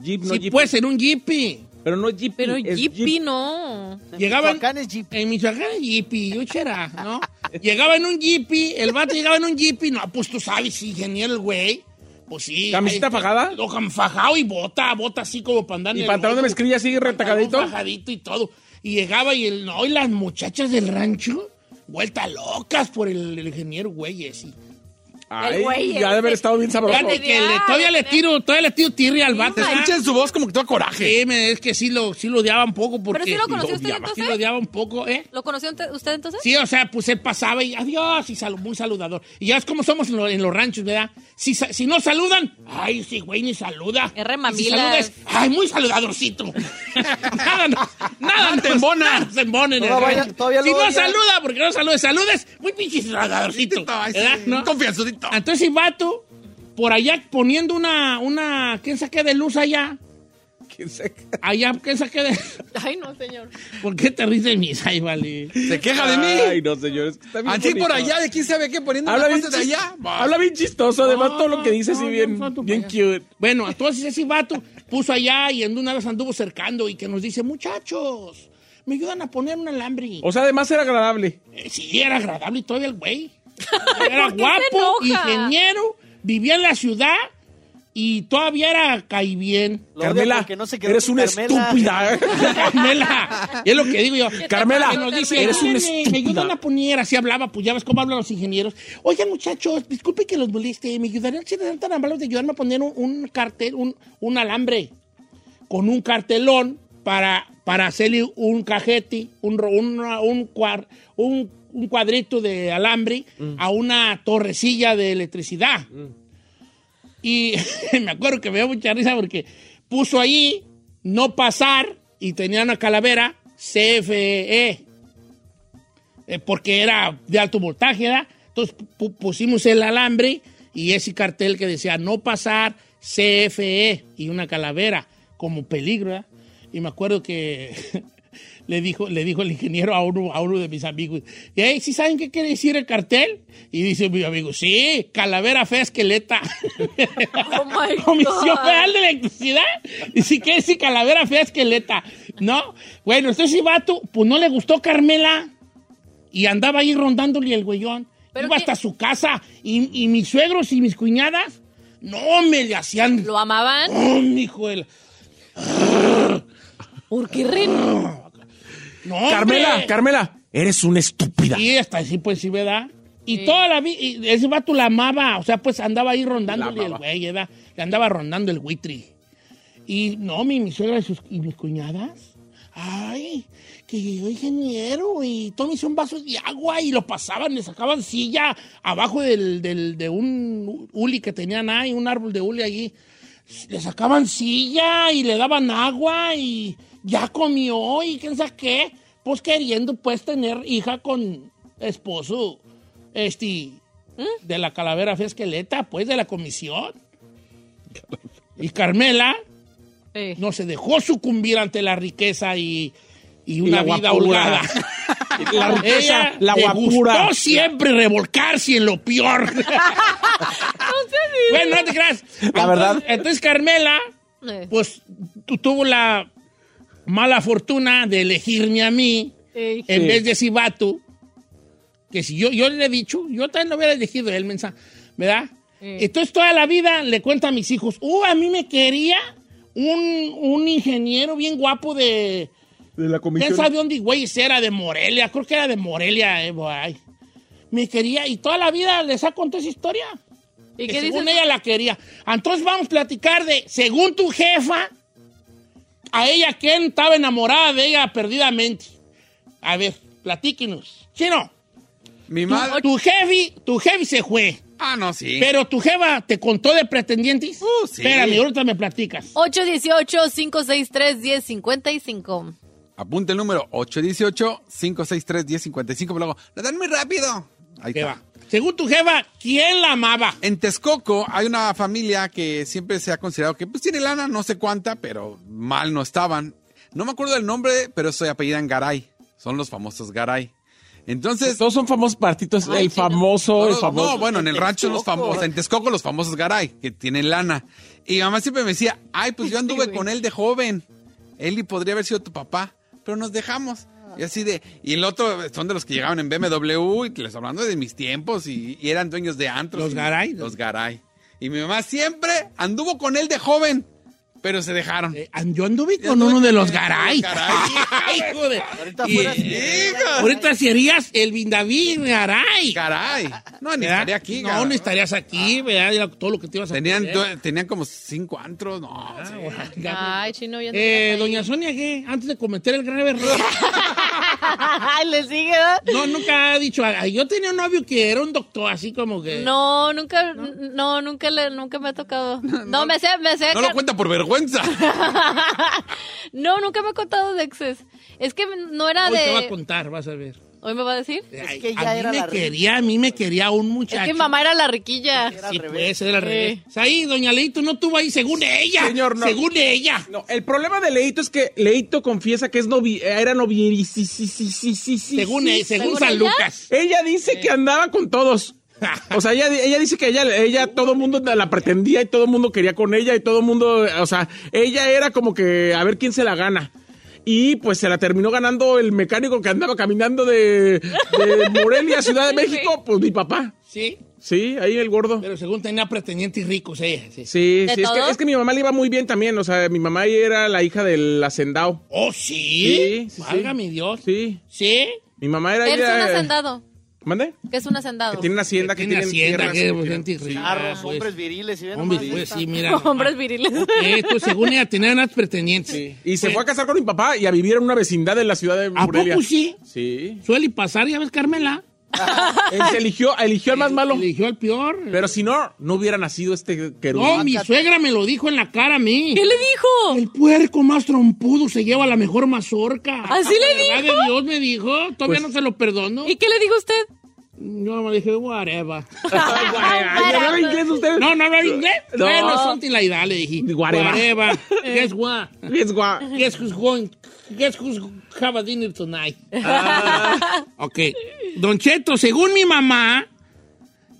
S4: Jeep, no
S1: sí,
S4: jeep.
S1: pues, en un jeepy.
S4: Pero no jeep.
S3: Pero
S4: es
S3: Jeepy no.
S1: Llegaban
S8: Michoacán es Jeep.
S1: en Michoacán en jeepy, yo chera, ¿no? llegaba en un jeepy, el vato llegaba en un jeepy. No, pues tú sabes, ingeniero el güey. Pues sí.
S4: ¿Camiseta
S1: ahí-
S4: fajada?
S1: Lo cam- fajado y bota, bota así como para andar en
S4: Y
S1: el
S4: pantalón de
S1: hoyo.
S4: mezclilla así retacadito.
S1: Pantalón fajadito y todo. Y llegaba y el, no, y las muchachas del rancho, vueltas locas por el, el ingeniero güey ese.
S3: El güey,
S4: ya
S3: el-
S4: debe haber estado bien sabroso.
S1: Fíjate que le-
S3: Ay,
S1: todavía le
S3: ne-
S1: tiro, todavía le tiro tirri al vato. ¿verdad?
S5: Escuchen su voz como que toda coraje.
S1: Sí, me- es que sí lo, sí lo odiaba un poco porque.
S3: sí lo conoció usted,
S1: odiaba.
S3: entonces?
S1: Sí lo odiaba un poco, ¿eh?
S3: ¿Lo conoció ente- usted entonces?
S1: Sí, o sea, pues él pasaba y adiós, y salu- muy saludador. Y ya es como somos en, lo- en los ranchos, ¿verdad? Si, sa- si no saludan, ay, sí, güey, ni saluda.
S3: Es re
S1: Y Si
S3: mamilas.
S1: saludas, ay, muy
S3: [laughs]
S1: saludadorcito. nada, no, nada,
S5: te embona.
S1: nada se embona en el
S8: Todavía-
S1: rancho.
S8: todavía
S1: Si
S8: lo
S1: no
S8: odias.
S1: saluda, porque no saludes, saludes, muy pinche saludadorcito.
S5: Ay, sí,
S1: ¿verdad? ¿No?
S5: Confianzudito.
S1: Entonces, el vato, por allá poniendo una, una, ¿quién saqué de luz allá?
S4: ¿Quién saca?
S1: Allá, ¿quién saqué de [laughs]
S3: Ay, no, señor.
S1: ¿Por qué te ríes de mis? Ay, vale.
S5: Se queja de mí.
S4: Ay, no, señor. es que está bien
S5: Así
S4: bonito.
S5: por allá, de quién sabe qué, poniendo
S4: Habla
S5: una
S4: bien,
S5: cosa de
S4: chis-
S5: allá.
S4: Habla bien chistoso, además
S1: No,
S4: todo lo que dice
S1: no,
S4: así
S1: no,
S4: bien,
S1: no, no,
S4: bien
S1: no.
S4: cute.
S1: Bueno, entonces ese vato puso allá y en una vez anduvo cercando y que nos dice, muchachos, me ayudan a poner un alambre.
S4: O sea, además era agradable.
S1: Eh, sí, era agradable y todavía el [laughs] güey. Era
S3: ¿Por qué
S1: guapo,
S3: se enoja?
S1: ingeniero, vivía en la ciudad y todavía era caí bien.
S8: Lo odia
S4: Carmela,
S8: porque no se quedó
S4: eres
S8: con
S4: una
S8: Carmela.
S4: estúpida.
S1: Carmela, es lo que digo yo.
S4: Carmela,
S1: que nos dice,
S4: eres una
S1: "Ayúdenme, me
S4: estúpida".
S1: ayudan a poner, así hablaba, pues ya ves cómo hablan los ingenieros. Oigan, muchachos, disculpe que los moleste, me ayudarían si eran tan amables de ayudarme a poner un, un cartel, un, un alambre con un cartelón para, para hacerle un cajete, un, ro- una- un, cuar- un, un cuadrito de alambre
S4: Mm.
S1: a una torrecilla de electricidad. Y [laughs] me acuerdo que me dio mucha risa porque puso ahí no pasar y tenía una calavera CFE. Eh, porque era de alto voltaje, ¿verdad? Entonces pu- pusimos el alambre y ese cartel que decía no pasar E, CFE y una calavera como peligro, ¿verdad? Y me acuerdo que [laughs] le dijo, le dijo el ingeniero a uno, a uno de mis amigos, hey, ¿sí saben qué quiere decir el cartel? Y dice mi amigo, sí, calavera fea esqueleta. [laughs]
S3: Oh my
S1: Comisión
S3: God.
S1: Federal de Electricidad. Y si quiere decir calavera fea esqueleta. No, bueno, este vato, pues no le gustó Carmela. Y andaba ahí rondándole el güeyón.
S3: Pero
S1: Iba
S3: qué-
S1: hasta su casa. Y, y mis suegros y mis cuñadas, no me le hacían...
S3: ¿Lo amaban?
S1: ¡Oh, hijo de la-
S3: ¿Por qué ren?
S1: ¡No, hombre!
S4: Carmela, Carmela, eres una estúpida.
S1: Y hasta así, pues sí, ¿verdad? Y toda la vida, ese vato la amaba, o sea, pues andaba ahí rondándole el güey, ¿verdad? Le andaba rondando el buitri. Y no, mi, mi suegra y, sus- y mis cuñadas, ay, que yo ingeniero y tómese un vaso de agua y lo pasaban, le sacaban silla abajo del, del- de un uli que tenían ahí, un árbol de uli allí. Le sacaban silla y le daban agua y ya comió y quién sabe qué. Pues queriendo pues tener hija con esposo, este, de la calavera fea esqueleta, pues de la comisión. Y Carmela
S3: Eh.
S1: no se dejó sucumbir ante la riqueza y, y una
S4: la
S1: vida
S4: guapura. [laughs]
S1: holgada.
S4: La riqueza,
S1: Ella
S4: la
S1: le
S4: guapura.
S1: gustó siempre revolcarse en lo peor.
S4: [laughs]
S1: bueno, no te creas. Entonces-
S4: verdad.
S1: Entonces Carmela,
S3: Eh.
S1: pues tu- tuvo la mala fortuna de elegirme a mí
S3: Ey.
S1: en
S4: Sí.
S1: vez de Sibatu. Que si yo, yo le he dicho, yo también lo hubiera elegido él, mensa, ¿verdad?
S3: Sí.
S1: Entonces toda la vida le cuento a mis hijos, uh, a mí me quería un, un ingeniero bien guapo de...
S4: De la
S1: ¿Quién sabe dónde, güey? Si era de Morelia, creo que era de Morelia, eh, güey. Me quería, y toda la vida les ha contado esa historia.
S3: ¿Y
S1: que
S3: qué
S1: Eh, según
S3: dices?
S1: ella la quería. Entonces vamos a platicar de, según tu jefa, a ella quien estaba enamorada de ella perdidamente. A ver, platíquenos. Chino,
S2: Mi
S1: tu,
S2: madre.
S1: tu jefe, tu jefe se fue.
S2: Ah, no, sí.
S1: Pero tu jefa te contó de pretendientes.
S2: Uh, sí.
S1: Espérame, ahorita me platicas.
S3: 818-563-1055.
S5: Apunta el número 818-563-1055. Pero luego, la dan muy rápido. Ahí
S1: ¿Qué
S5: está.
S1: va? Según tu jefa, ¿quién la amaba?
S5: En Texcoco hay una familia que siempre se ha considerado que pues tiene lana, no sé cuánta, pero mal no estaban. No me acuerdo el nombre, pero se apellidan Garay. Son los famosos Garay. Entonces,
S4: Todos son famosos partitos.
S3: Ay,
S4: el
S3: sí,
S4: famoso,
S5: no,
S4: el
S5: no,
S4: famoso.
S5: no, bueno, en el rancho los famosos, en Texcoco los famosos Garay, que tienen lana. Y mi mamá siempre me decía, ay, pues
S1: [laughs]
S5: yo anduve con él de joven. Eli podría haber sido tu papá, pero nos dejamos. Y así de, y el otro son de los que llegaban en BMW y les hablando de mis tiempos y, y eran dueños de antros.
S1: ¿Los
S5: Y-
S1: Garay?
S5: Los Garay. Y mi mamá siempre anduvo con él de joven, pero se dejaron.
S1: Eh, and- yo anduve
S5: Yo
S1: con
S5: anduve
S1: uno de
S5: con
S1: los
S5: el-
S1: Garay.
S5: Garay.
S1: Ay, [laughs] hijo de-
S8: Ahorita
S1: Y-
S8: fuera sí.
S5: Hija,
S1: Ahorita serías el Vindaví Garay. [laughs]
S5: Garay. No, ni
S1: ¿verdad?
S5: estaría aquí.
S1: No,
S5: Garay.
S1: no estarías aquí, ¿verdad? Era todo lo que te ibas a
S5: Tenían,
S1: perder.
S5: due- tenían como cinco antros, no. sí.
S1: Ah,
S3: Ay, chino, ya
S1: Eh,
S3: no
S1: doña Sonia, ¿qué? Antes de cometer el grave error.
S3: Ay, [laughs] le sigue, ¿verdad?
S1: no, nunca ha dicho. "Ay, Yo tenía un novio que era un doctor, así como que.
S3: No, nunca, no, nunca, le, nunca me ha tocado. No, me sé, me sé.
S5: No lo
S3: que- [laughs]
S5: cuenta por vergüenza.
S3: no, nunca me ha contado de exes. Es que no era
S1: Hoy te va a
S3: de.
S1: contar, vas a ver.
S3: Hoy me va a decir.
S1: Ay,
S8: que ya
S1: a mí
S8: era
S1: me
S8: la
S1: quería, a mí me quería un muchacho.
S3: Es que mi mamá era la riquilla.
S8: Era al
S1: Sí,
S8: revés.
S1: pues, era al
S3: Sí.
S1: revés. Ahí, doña Leito no tuvo ahí, según ella.
S4: Señor, no.
S1: Según ella.
S4: No, el problema de Leito es que Leito confiesa que es novi era novieri. Sí, sí, sí, sí, sí, sí,
S1: según,
S4: sí.
S1: eh, según
S3: ¿Según
S1: San
S3: ella?
S1: Lucas.
S4: Ella dice que andaba con todos. O sea, ella, ella dice que ella, ella todo el mundo la pretendía y todo el mundo quería con ella y todo el mundo, o sea, ella era como que a ver quién se la gana. Y pues se la terminó ganando el mecánico que andaba caminando de, de Morelia, Ciudad de México, pues mi papá.
S1: Sí,
S4: Sí, ahí el gordo.
S1: pero según tenía pretendientes ricos ella. Sí.
S4: Sí,
S3: ¿De
S4: sí, es que,
S3: todo?
S4: es que mi mamá le iba muy bien también, o sea, mi mamá era la hija del hacendado.
S1: ¿Oh, sí?
S4: Sí, sí, sí.
S1: Válgame Dios. Sí.
S4: Sí, mi mamá era...
S3: Él es un
S4: era-
S3: hacendado.
S4: ¿Mande?
S3: Que es un hacendado.
S4: Que tiene
S3: [laughs]
S4: una hacienda, que
S1: Que
S4: tiene
S1: tiene hacienda, Pues,
S4: tierras,
S1: que
S4: que-
S1: pretendientes ricos.
S8: Carros,
S1: pues.
S8: hombres viriles. Y ve
S1: Hombres,
S8: nomás
S1: pues
S8: esta.
S1: sí, mira.
S3: [laughs] Hombres viriles.
S1: Eh, pues, según ella tenía unas pretendientes. Pues,
S4: Sí. Y se fue a casar con mi papá y a vivir en una vecindad de la ciudad de
S1: ¿A
S4: Morelia.
S1: poco sí?
S4: Sí.
S1: Suele pasar, ya ves, Carmela.
S4: Él se eligió,
S1: [laughs]
S4: eligió al más malo.
S1: Eligió al peor.
S4: Pero si no, no hubiera nacido este
S1: no,
S4: querubín.
S1: mi suegra me lo dijo en la cara a mí.
S3: [laughs] ¿Qué le dijo?
S1: El puerco más trompudo se lleva la mejor mazorca.
S3: ¿Así le
S1: La verdad de Dios me dijo.
S4: Pues
S1: Todavía no se lo perdono.
S3: ¿Y qué le dijo usted?
S1: No, me dije, whatever.
S4: Ay, guay, ay, ¿hablaba inglés usted?
S1: No, no hablaba inglés.
S4: No.
S1: Bueno, something like that, le dije.
S3: [laughs]
S4: Whatever.
S1: Guess what?
S4: Es guay.
S1: Guess who's going Guess who's have a dinner tonight. Ah, ok. Don Cheto, según mi mamá,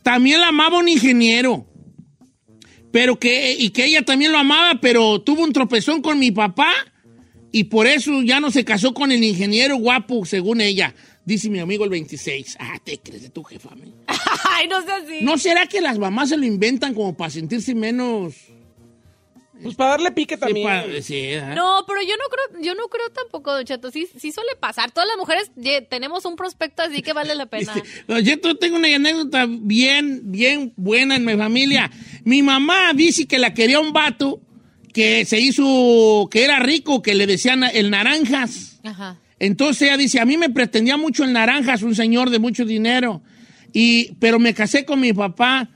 S1: también la amaba un ingeniero. Pero que, y que ella también lo amaba, pero tuvo un tropezón con mi papá y por eso ya no se casó con el ingeniero guapo, según ella. Dice mi amigo el 26. Ah, te crees de tu jefa, men.
S3: Ay, no sé así.
S1: ¿No será que las mamás se lo inventan como para sentirse menos...
S4: Pues para darle pique también.
S1: pa- sí, ajá?
S3: No, pero yo no creo, yo no creo tampoco, Don Cheto. Sí, sí suele pasar. Todas las mujeres ye- tenemos un prospecto así que vale la pena.
S1: Dice, Este, "No, yo t- tengo una anécdota bien, bien buena en mi familia. Mi mamá dice que la quería un vato que se hizo, que era rico, que le decían el naranjas.
S3: Ajá.
S1: Entonces ella dice, a mí me pretendía mucho el naranjas, un señor de mucho dinero. Y, pero me casé con mi papá.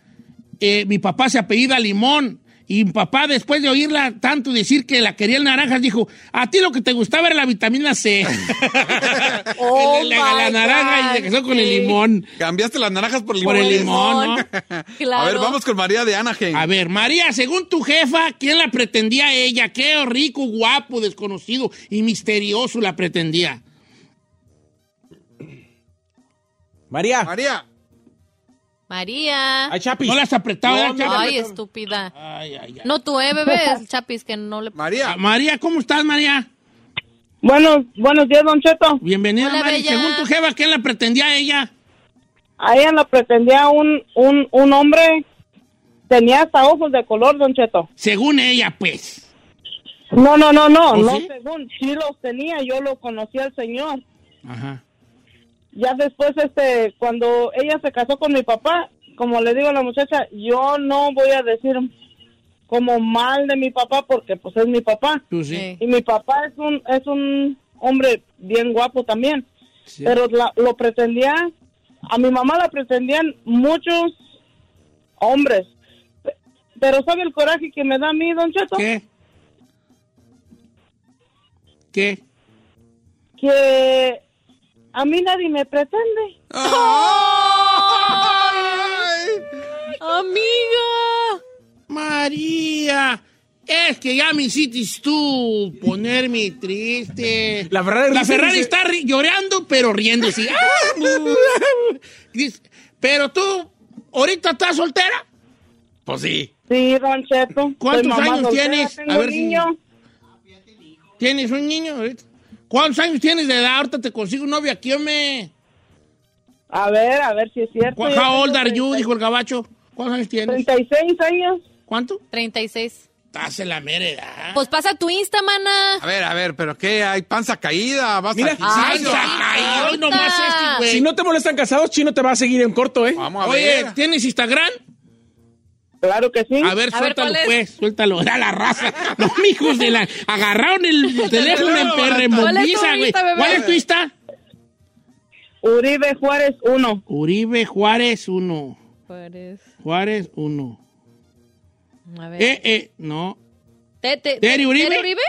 S1: Eh, mi papá se apellida Limón. Y mi papá, después de oírla tanto decir que la quería el naranjas, dijo, a ti lo que te gustaba era la vitamina C. [laughs]
S3: [laughs] Oh,
S1: Le- le- la,
S3: my
S1: naranja y se
S3: God,
S1: casó con el
S3: sí.
S1: limón.
S5: Cambiaste las naranjas pues, por
S1: Por
S5: limones.
S1: el
S3: [laughs]
S1: limón, ¿no?
S3: Claro.
S5: A ver, vamos con María de Anaheim.
S1: A ver, María, según tu jefa, ¿quién la pretendía a ella? Qué rico, guapo, desconocido y misterioso la pretendía.
S4: María,
S5: María.
S3: María.
S4: a Chapis.
S1: No las apretaba.
S4: No,
S1: ¿verdad, Chava?
S3: Ay, estúpida.
S1: Ay, ay, ay.
S3: No, tú, eh, bebé, es Chapis, que no le...
S1: Ah,
S5: María.
S1: María, ¿cómo estás, María?
S8: Bueno, buenos días, Don Cheto.
S1: Bienvenida,
S3: Hola,
S1: María.
S3: bella.
S1: Según tu jefa, ¿quién la pretendía a ella?
S8: A ella la pretendía un, un, un hombre, tenía hasta ojos de color, Don Cheto.
S1: Según ella, pues.
S8: No, no, no, no,
S1: ¿Oh,
S8: no,
S1: sí?
S8: según, sí los tenía, yo lo conocí al señor.
S1: Ajá.
S8: Ya después, este, cuando ella se casó con mi papá, como le digo a la muchacha, yo no voy a decir como mal de mi papá porque pues es mi papá.
S1: Tú sí.
S3: Sí.
S8: Y mi papá es un, es un hombre bien guapo también.
S1: Sí.
S8: pero la- lo pretendía, a mi mamá la pretendían muchos hombres. Pe- Pero ¿sabe el coraje que me da a mí, don Cheto?
S1: ¿Qué? ¿Qué?
S8: Que a mí nadie me pretende.
S3: ¡Amiga!
S1: María, es que ya me hiciste tú ponerme triste.
S4: La Ferrari
S1: La
S4: dice-
S1: Ferrari
S4: dice-
S1: está ri- llorando, pero
S4: [laughs]
S1: riéndose. Ah, Dice, pero tú, ahorita estás soltera.
S4: Pues sí.
S8: Sí, don Cheto. Soy
S1: ¿Cuántos
S8: Pues, mamá
S1: años
S8: soltera,
S1: tienes?
S8: tengo
S1: A ver
S8: un
S1: si-
S8: niño.
S1: ¿Tienes un niño ahorita? ¿Cuántos años tienes de edad? Ahorita te consigo un novio aquí, hombre.
S8: A ver, a ver si es cierto.
S1: Cu-
S8: Yo
S1: How old
S8: tengo
S1: are you?
S8: 30
S1: Dijo el gabacho. ¿Cuántos años tienes?
S8: 36 años.
S1: ¿Cuánto?
S3: 36.
S1: Estás en la mera edad.
S3: Pues pasa tu Insta, mana.
S5: A ver, a ver, pero ¿qué? ¿Hay panza caída? ¿Vas
S4: Mira,
S5: al
S1: ¡Ay,
S5: gimnasio?
S1: saca! ¡Ay, nomás este, güey!
S4: Si no te molestan casados, Chino te va a seguir en corto, ¿eh?
S5: Vamos a
S1: Oye,
S5: ver.
S1: ¿tienes Instagram?
S8: Claro que sí.
S1: A ver,
S3: A ver,
S1: suéltalo,
S3: ¿cuál es?
S1: pues, suéltalo. Da la raza. Los mijos de la. Agarraron
S3: [laughs]
S1: el teléfono en
S3: ¿Cuál es tu
S1: perremoviza,
S3: Insta,
S1: güey.
S3: bebé?
S1: ¿Cuál es tu Insta?
S8: Uribe Juárez 1.
S1: Uribe Juárez 1.
S3: Juárez.
S1: Juárez 1.
S3: Pues, A ver.
S1: Eh, eh, no.
S3: Te- te-
S1: ¿Tere Uribe?
S3: ¿Tere Uribe?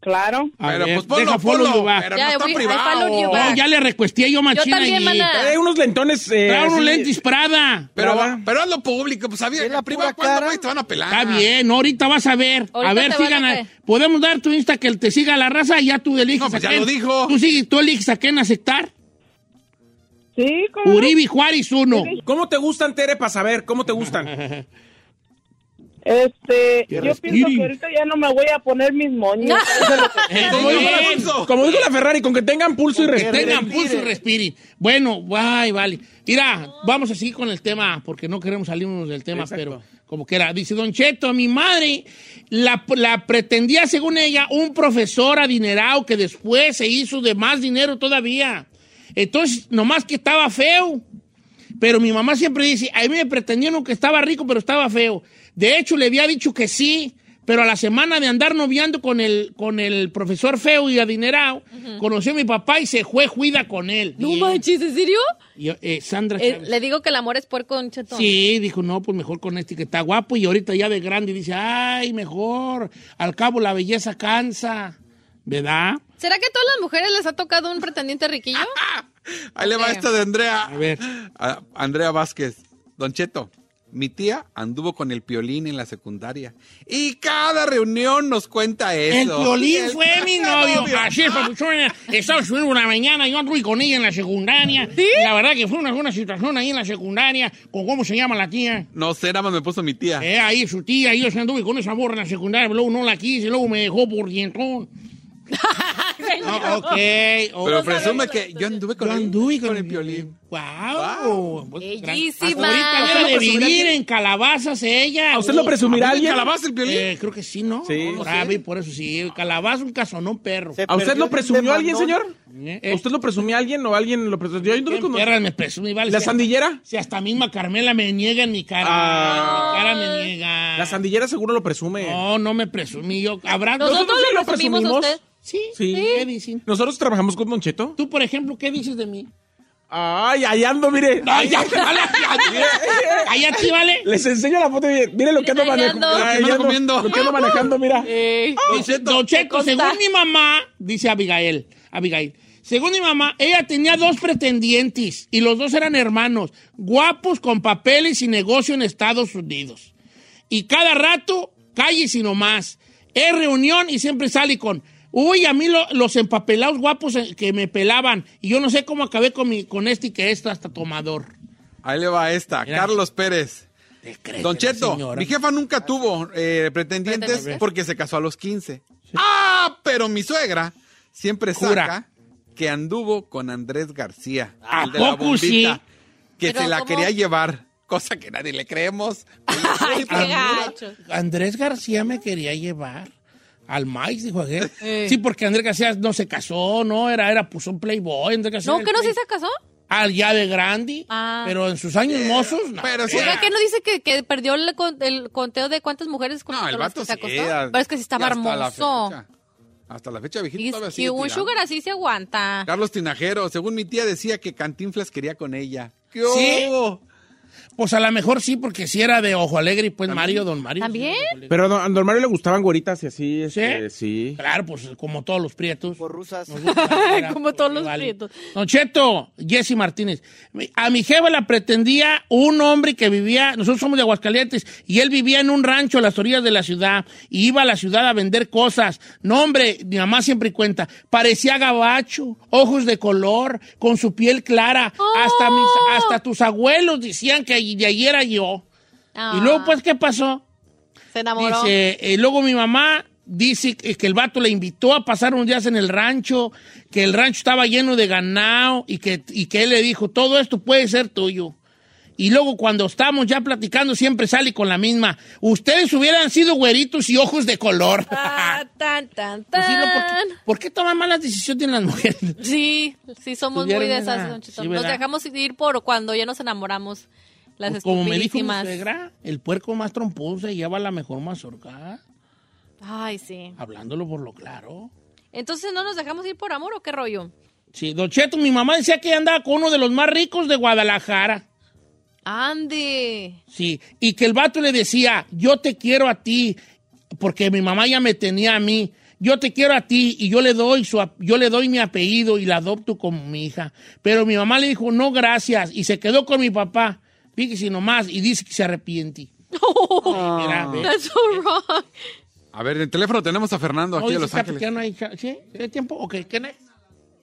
S8: Claro.
S1: A
S5: Pero
S1: ver,
S5: pues ponlo,
S1: deja follow
S5: ponlo.
S1: you back.
S5: Pero
S3: Ya,
S5: no está
S3: we- I
S5: privado.
S3: follow you
S1: No,
S3: back.
S1: ya le recuesté yo
S3: Yo
S1: machina
S3: también,
S1: ahí.
S5: Ah.
S3: mana.
S4: Trae unos lentones. eh,
S1: Trae unos
S4: así.
S1: lentes Prada.
S5: Pero,
S4: Brava.
S5: pero hazlo público, pues sabía.
S4: la pura
S5: ¿cuándo,
S4: cara?
S5: güey, te van a pelar.
S1: Está bien, ahorita vas a ver. a
S3: Ahorita
S1: ver,
S3: te van
S1: sigan.
S3: a
S1: a-
S3: que-
S1: Podemos dar tu Insta que te siga la raza y ya tú eliges.
S5: No, pues
S1: a
S5: ya lo
S1: quién-
S5: dijo.
S1: Tú, sigues, tú eliges a quién aceptar.
S8: Sí, como
S1: Uribe Juárez 1.
S4: ¿Cómo te gustan, Tere, para saber? ¿Cómo te gustan?
S8: Este, yo pienso
S1: respiren.
S8: que ahorita
S1: [laughs]
S8: ya no me voy a poner mis moños.
S4: Como dijo, la, como dijo la Ferrari, con que tengan pulso y respeto.
S1: Tengan pulso y respiren. Bueno, ay, vale. Mira, vamos a seguir con el tema, porque no queremos salirnos del tema,
S4: Exacto.
S1: pero como quiera. Dice Don Cheto, a mi madre la, la pretendía, según ella, un profesor adinerado que después se hizo de más dinero todavía. Entonces, nomás que estaba feo. Pero mi mamá siempre dice, a mí me pretendieron que estaba rico, pero estaba feo. De hecho, le había dicho que sí, pero a la semana de andar noviando con el, con el profesor feo y adinerado, conoció a mi papá y se fue juida con él.
S3: No
S1: Bien.
S3: manches, ¿en serio?
S1: Y, eh, Sandra
S3: Eh,
S1: Chávez.
S3: le digo que el amor es puerco, Don Cheto.
S1: Sí, dijo, no, pues mejor con este que está guapo y ahorita ya de grande dice, ay, mejor, al cabo la belleza cansa, ¿verdad?
S3: ¿Será que a todas las mujeres les ha tocado un pretendiente riquillo?
S5: Ahí le va
S3: Sí.
S5: esta de Andrea.
S1: A ver.
S5: A- Andrea Vázquez. Don Cheto, Mi tía anduvo con el piolín en la secundaria. Y cada reunión nos cuenta
S1: El
S5: eso.
S1: violín
S5: El-
S1: fue
S5: [laughs]
S1: mi novio. Así es, papuchona. Estaba subiendo una mañana, yo anduve con ella en la secundaria. Y la verdad que fue una, una situación ahí en la secundaria, con cómo se llama la tía.
S5: No sé, nada más me puso mi tía.
S1: Eh, ahí su tía, yo se anduve con esa borra en la secundaria, pero luego no la quise, luego me dejó
S5: [laughs]
S1: por dientón. Ah, ok, ok.
S5: Pero presume que yo anduve con,
S1: Yo
S5: el-
S1: anduve
S5: con el violín.
S1: ¡Wow! Pues, gran-
S3: Bellísima.
S1: Ahorita
S4: ¿A usted
S1: era
S4: lo
S1: de
S4: presumirá
S1: vivir
S4: que-
S1: en calabazas ella.
S4: ¿A usted lo presumirá
S1: ¿A mí me
S4: alguien?
S1: calabaza el violín? Eh, creo que sí, ¿no?
S4: Sí.
S1: No, no sabe, por eso sí. Calabaza, un casonón perro.
S4: ¿A usted lo presumió alguien, señor?
S1: Eh,
S4: ¿A
S1: eh,
S4: ¿Usted lo presumió alguien o alguien lo presumió? Yo anduve
S1: ¿quién
S4: con-
S1: perras me presumí, vale?
S4: ¿La
S1: Si-
S4: sandillera?
S1: Si hasta misma Carmela me niega en mi cara.
S4: Ah.
S1: Mi cara me niega.
S4: La sandillera seguro lo presume.
S1: No, no me presumí yo. Habrá...
S3: Nosotros
S4: ¿Nosotros sí
S3: le
S4: lo
S3: presumimos a
S4: presumimos?
S3: usted.
S1: Sí,
S4: Sí.
S1: ¿qué dicen?
S4: ¿Nosotros trabajamos con Don Cheto?
S1: Tú, por ejemplo, ¿qué dices de mí?
S4: Ay, ahí ando, mire.
S1: ¡Ay, ya te [laughs] vale! ¡Ay, ya te vale!
S4: Les enseño la foto. Mire, mire lo que ando
S3: Ahí
S4: manejando.
S3: ando.
S4: Ahí ando,
S5: comiendo.
S4: Lo que ando
S1: [laughs]
S4: manejando, mira.
S1: Eh. Dice, Don Checo, según mi mamá, dice Abigail, Abigail, según mi mamá, ella tenía dos pretendientes y los dos eran hermanos, guapos con papeles y negocio en Estados Unidos. Y cada rato, calle y nomás. Es reunión y siempre sale con, uy, a mí lo- los empapelados guapos eh, que me pelaban. Y yo no sé cómo acabé con, mi, con este y que esto hasta tomador.
S5: Ahí le va esta,
S1: Mira.
S5: Carlos Pérez.
S3: Este
S5: Don Cheto,
S1: señora.
S5: mi jefa nunca tuvo eh, pretendientes
S3: ¿Pretendientes?
S5: porque se casó a los 15. ¡Ah! Pero mi suegra siempre
S1: Jura.
S5: saca que anduvo con Andrés García,
S1: ¿A
S5: el de la
S1: poco
S5: bombita,
S1: sí?
S5: que
S3: Pero
S5: se la
S3: ¿cómo?
S5: quería llevar, cosa que nadie le creemos.
S3: [laughs]
S2: [laughs]
S3: Ay, qué gacho.
S1: Andrés García me quería llevar al maíz, dijo aquel. Sí, porque Andrés García no se casó, no, era, era pues un playboy. Andrés García
S3: ¿No
S1: era
S3: que
S1: el
S3: no sí
S1: play-
S3: se casó?
S1: Al ya de grande,
S3: Ah.
S1: pero en sus años mozos, no.
S5: Pero sí,
S3: O sea, que no dice que, que perdió el, con- el conteo de cuántas mujeres con,
S5: no, el
S3: con las
S5: vato
S3: que se
S5: sí.
S3: acostó?
S5: ah,
S3: Pero es que sí estaba
S5: y hasta la
S3: hermoso.
S5: fecha. Hasta la fecha, viejito,
S3: Y es
S5: todavía
S3: que
S5: sigue
S3: un
S5: tirando.
S3: sugar así se aguanta.
S5: Carlos Tinajero, según mi tía decía que Cantinflas quería con ella. ¿Qué
S1: ¿Sí?
S5: hubo?
S1: Pues a lo mejor sí, porque si era de Ojo Alegre, y pues Mario, don Mario.
S3: ¿También?
S1: sí, de Ojo Alegre.
S4: Pero a don- a Don Mario le gustaban güeritas y así.
S1: ¿Sí?
S3: Eh,
S4: este, sí.
S1: Claro, pues como todos los prietos.
S9: Por rusas.
S1: Nos gusta
S3: [laughs]
S1: la cara,
S3: Como todos los
S1: vale.
S3: prietos.
S1: Don Cheto, Jesse Martínez. A mi jefa la pretendía un hombre que vivía, nosotros somos de Aguascalientes, y él vivía en un rancho a las orillas de la ciudad, y iba a la ciudad a vender cosas. No, hombre, mi mamá siempre cuenta, parecía gabacho, ojos de color, con su piel clara. Hasta, mis,
S3: Oh.
S1: hasta tus abuelos decían que de ahí era yo.
S3: Ah,
S1: Y luego, pues, ¿qué pasó?
S3: Se enamoró.
S1: Dice, eh, luego mi mamá dice que que el vato le invitó a pasar unos días en el rancho, que el rancho estaba lleno de ganado y que, y que él le dijo, todo esto puede ser tuyo. Y luego cuando estamos ya platicando siempre sale con la misma, ustedes hubieran sido güeritos y ojos de color. [laughs]
S3: [laughs] Ah, tan, tan,
S1: Pues sí, ¿no?
S3: tan.
S1: ¿Por, qué, por qué toman malas decisiones las mujeres?
S3: Sí, sí, somos muy
S1: Tuvieron
S3: de
S1: una-
S3: esas, Don Cheto.
S1: sí,
S3: Nos
S1: ¿verdad?
S3: dejamos ir por cuando ya nos enamoramos. Las
S1: Pues como me dijo mi
S3: estupidísimas.
S1: suegra, el puerco más tromposo se lleva la mejor mazorca,
S3: Ay, sí.
S1: hablándolo por lo claro.
S3: Entonces, ¿no nos dejamos ir por amor o qué rollo?
S1: Sí, Don Cheto, mi mamá decía que andaba con uno de los más ricos de Guadalajara. [laughs]
S3: Ande. [laughs]
S1: Sí, y que el vato le decía, yo te quiero a ti, porque mi mamá ya me tenía a mí. Yo te quiero a ti y yo le doy su ap- yo le doy mi apellido y la adopto como mi hija. Pero mi mamá le dijo, "No, gracias." Y se quedó con mi papá. Fíjese nomás y dice que se arrepiente.
S5: Ah.
S1: Mira, ve.
S3: That's so wrong.
S5: A ver, en el teléfono tenemos a Fernando
S1: No,
S5: aquí de
S1: dice,
S5: Los
S1: "Está,
S5: Ángeles.
S1: porque ya no hay cha- ¿Sí? ¿Sí hay tiempo? Ok, ¿qué next?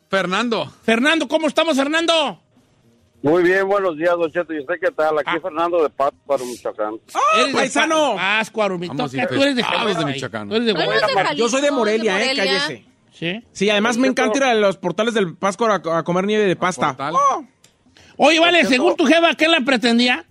S5: Fernando.
S1: Fernando, ¿cómo estamos, Fernando?
S9: Muy bien, buenos días, Don Cheto. ¿Y usted qué tal? Aquí
S1: Ah.
S9: Fernando de Pátzcuaro, Michoacán.
S4: ¡Ah,
S1: de
S4: paisano!
S1: Pátzcuaro, mi
S5: Vamos
S1: toca, tú
S5: infestados
S1: eres de
S5: de
S1: Guadalajara.
S5: Michoacán.
S1: Tú eres de
S3: No eres de
S1: Guadalajara.
S3: Jalisco,
S4: Yo soy de Morelia,
S3: de
S4: ¿eh?
S3: Morelia.
S4: Cállese.
S1: Sí.
S4: Sí, además me encanta ir a los portales del Páscuaro a, a comer nieve de pasta.
S5: portal.
S4: Oh,
S1: Oye, vale, según tu jeva, ¿qué la pretendía?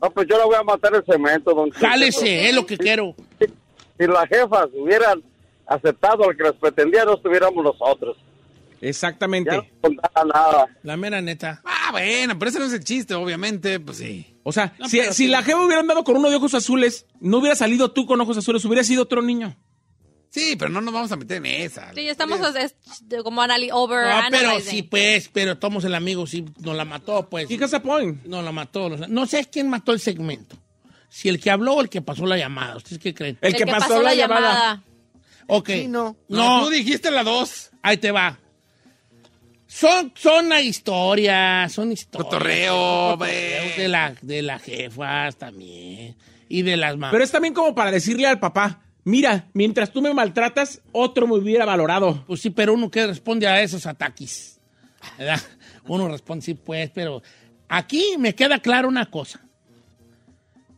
S9: No, pues yo le voy a matar el cemento, Don Cheto.
S1: Jálese, es lo que quiero.
S9: Si las jefas hubieran aceptado al que les pretendía, no estuviéramos nosotros. Ya no
S4: exactamente.
S9: contaba nada.
S1: La mera neta.
S5: Ah, bueno, pero ese no es el chiste, obviamente. Pues sí.
S4: O sea,
S1: No,
S4: si,
S1: pero
S4: si
S1: sí.
S4: la jeva hubiera andado con uno de ojos azules, no hubiera salido tú con ojos azules, hubiera sido otro niño.
S5: Sí, pero no nos vamos a meter en esa.
S3: Sí, ya estamos es- es- como anali over
S1: No, pero sí, pues, pero tomos el amigo, sí, nos la mató, pues.
S4: ¿Qué casa point?
S1: Nos la mató. o sea, No sé quién mató el segmento. Si el que habló o el que pasó la llamada. ¿Ustedes qué creen?
S4: El, que, pasó, la llamada.
S1: Ok.
S9: Sí, no.
S1: No,
S5: Tú dijiste la dos.
S1: ahí te va. Son, son una historia, son historias.
S5: Cotorreo,
S1: Cotorreos de, la, de las jefas también. Y de las mamás.
S4: Pero es también como para decirle al papá, mira, mientras tú me maltratas, otro me hubiera valorado.
S1: Pues sí, pero uno que responde a esos ataques. ¿verdad? Uno responde, sí, pues, pero aquí me queda clara una cosa.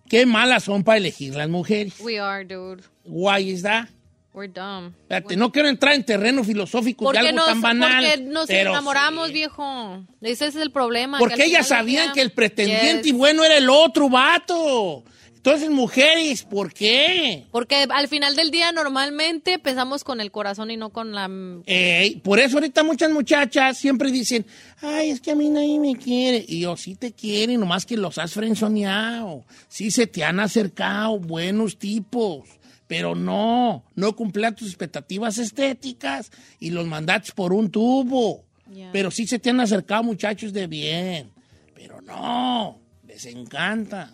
S1: Qué malas son para elegir las mujeres.
S3: We are, dude.
S1: Why is that?
S3: We're dumb.
S1: Espérate, no quiero entrar en terreno filosófico de
S3: Porque
S1: algo
S3: nos,
S1: tan banal.
S3: porque nos
S1: pero
S3: enamoramos, viejo. Ese es el problema. que
S1: Porque
S3: al
S1: ellas
S3: final del
S1: sabían
S3: día-
S1: que el pretendiente
S3: Yes.
S1: y bueno era el otro vato. Entonces, mujeres, ¿por qué?
S3: Porque al final del día normalmente pensamos con el corazón y no con la... No,
S1: Ey, por eso ahorita muchas muchachas siempre dicen, ay, es que a mí nadie me quiere. Y yo, sí te quieren, nomás que los has frenzoneado. Sí se te han acercado buenos tipos. Pero no, no cumplían tus expectativas estéticas y los mandaste por un tubo. Pero sí se te han acercado muchachos de bien. Pero no, les encanta.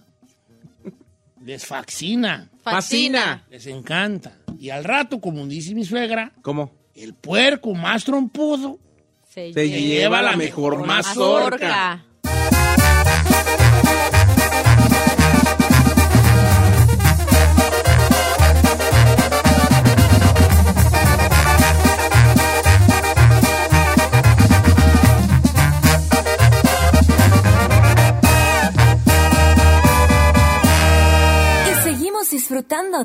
S1: Les fascina.
S4: Fascina.
S1: Les encanta. Y al rato, como dice mi suegra,
S4: ¿Cómo?
S1: el puerco más trompudo
S3: se,
S4: Te lleva la mejor mazorca.
S6: Y seguimos disfrutando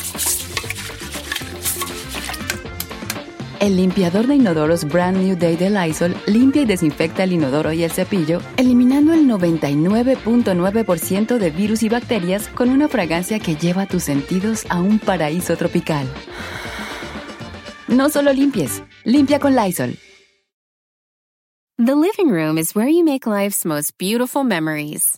S10: El limpiador de inodoros Brand New Day de Lysol limpia y desinfecta el inodoro y el cepillo, eliminando el 99.9% de virus y bacterias con una fragancia que lleva tus sentidos a un paraíso tropical. No solo limpies, limpia con Lysol.
S11: The living room is where you make life's most beautiful memories.